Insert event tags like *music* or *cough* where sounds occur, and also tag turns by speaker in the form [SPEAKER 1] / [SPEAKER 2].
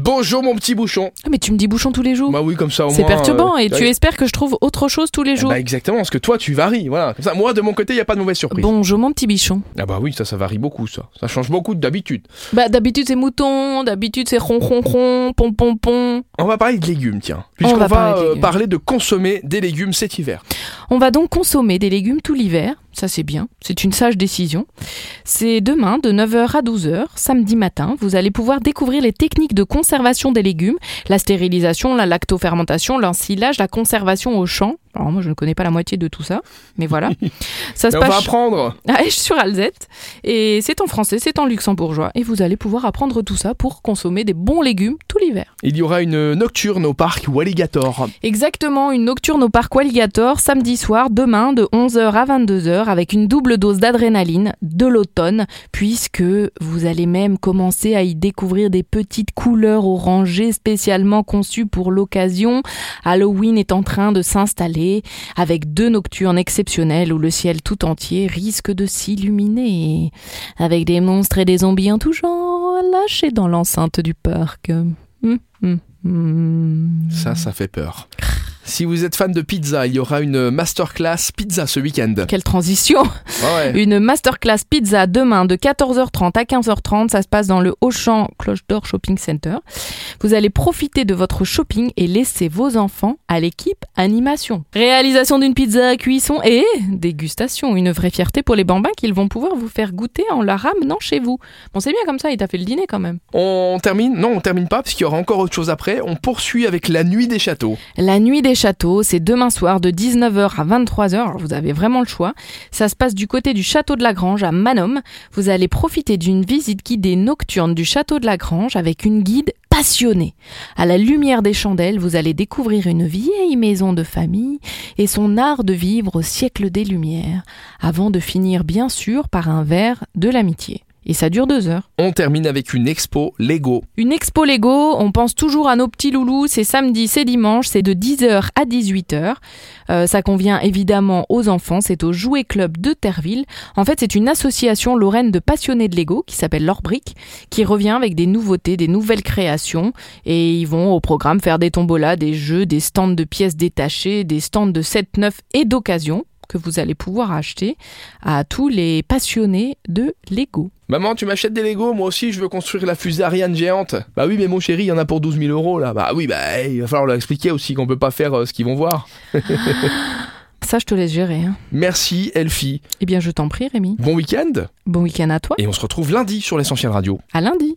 [SPEAKER 1] Bonjour mon petit bouchon.
[SPEAKER 2] Ah, mais tu me dis bouchon tous les jours.
[SPEAKER 1] Bah oui, comme ça au moins.
[SPEAKER 2] c'est perturbant
[SPEAKER 1] euh,
[SPEAKER 2] et tu
[SPEAKER 1] ouais.
[SPEAKER 2] espères que je trouve autre chose tous les jours.
[SPEAKER 1] Bah exactement, parce que toi tu varies, voilà. Comme ça, moi de mon côté, il y a pas de mauvaise surprise.
[SPEAKER 2] Bonjour mon petit bichon.
[SPEAKER 1] Ah bah oui, ça ça varie beaucoup ça. Ça change beaucoup de d'habitude.
[SPEAKER 2] Bah d'habitude c'est mouton, d'habitude c'est ron ron ron, pon pon pon.
[SPEAKER 1] On va parler de légumes, tiens. Puisqu'on
[SPEAKER 2] va
[SPEAKER 1] va,
[SPEAKER 2] parler de
[SPEAKER 1] euh,
[SPEAKER 2] légumes.
[SPEAKER 1] parler de consommer des légumes cet hiver.
[SPEAKER 2] On va donc consommer des légumes tout l'hiver, ça c'est bien, c'est une sage décision. C'est demain de 9h à 12h, samedi matin, vous allez pouvoir découvrir les techniques de conservation des légumes, la stérilisation, la lactofermentation, l'ensilage, la conservation au champ. Alors moi je ne connais pas la moitié de tout ça,
[SPEAKER 1] *laughs*
[SPEAKER 2] mais voilà. Ça se
[SPEAKER 1] Mais on va
[SPEAKER 2] passe
[SPEAKER 1] apprendre.
[SPEAKER 2] *laughs* à Esch sur Alzette et c'est en français, c'est en luxembourgeois et vous allez pouvoir apprendre tout ça pour consommer des bons légumes tout l'hiver.
[SPEAKER 1] Il y aura une nocturne au parc Walligator.
[SPEAKER 2] Exactement, une nocturne au parc Alligator samedi soir, demain de 11h à 22h avec une double dose d'adrénaline de l'automne puisque vous allez même commencer à y découvrir des petites couleurs orangées spécialement conçues pour l'occasion. Halloween est en train de s'installer avec deux nocturnes exceptionnelles où le ciel tout entier risque de s'illuminer avec des monstres et des zombies en tout genre lâchés dans l'enceinte du parc. Hum, hum, hum.
[SPEAKER 1] Ça ça fait peur. Si vous êtes fan de pizza, il y aura une masterclass pizza ce week-end.
[SPEAKER 2] Quelle transition
[SPEAKER 1] Ouais, ouais.
[SPEAKER 2] Une masterclass pizza demain de 14h30 à 15h30. Ça se passe dans le Auchan Cloche d'Or Shopping Center. Vous allez profiter de votre shopping et laisser vos enfants à l'équipe animation. Réalisation d'une pizza, cuisson et dégustation. Une vraie fierté pour les bambins qu'ils vont pouvoir vous faire goûter en la ramenant chez vous. Bon, c'est bien comme ça, il t'a fait le dîner quand même.
[SPEAKER 1] On termine Non, on termine pas parce qu'il y aura encore autre chose après. On poursuit avec la nuit des châteaux.
[SPEAKER 2] La nuit des châteaux, c'est demain soir de 19h à 23h. Alors, vous avez vraiment le choix. Ça se passe du côté du château de la Grange à Manom. Vous allez profiter d'une visite guidée nocturne du château de la Grange avec une guide passionnée. À la lumière des chandelles, vous allez découvrir une vieille maison de famille et son art de vivre au siècle des Lumières, avant de finir bien sûr par un verre de l'amitié. Et ça dure deux heures.
[SPEAKER 1] On termine avec une expo Lego.
[SPEAKER 2] Une expo Lego, on pense toujours à nos petits loulous, c'est samedi, c'est dimanche, c'est de 10h à 18h. Euh, ça convient évidemment aux enfants, c'est au Jouet Club de Terville. En fait, c'est une association lorraine de passionnés de Lego qui s'appelle Lorbrick, qui revient avec des nouveautés, des nouvelles créations. Et ils vont au programme faire des tombolas, des jeux, des stands de pièces détachées, des stands de 7, 9 et d'occasion que vous allez pouvoir acheter à tous les passionnés de Lego.
[SPEAKER 1] Maman, tu m'achètes des Lego, moi aussi je veux construire la fusée Ariane géante. Bah oui, mais mon chéri, il y en a pour 12 000 euros là. Bah oui, bah il va falloir leur expliquer aussi qu'on peut pas faire euh, ce qu'ils vont voir.
[SPEAKER 2] Ça, je te laisse gérer. hein.
[SPEAKER 1] Merci Elfie,
[SPEAKER 2] Eh bien, je t'en prie, Rémi.
[SPEAKER 1] bon week-end
[SPEAKER 2] Bon week-end à toi.
[SPEAKER 1] et on se retrouve lundi sur l'essentiel radio.
[SPEAKER 2] À lundi.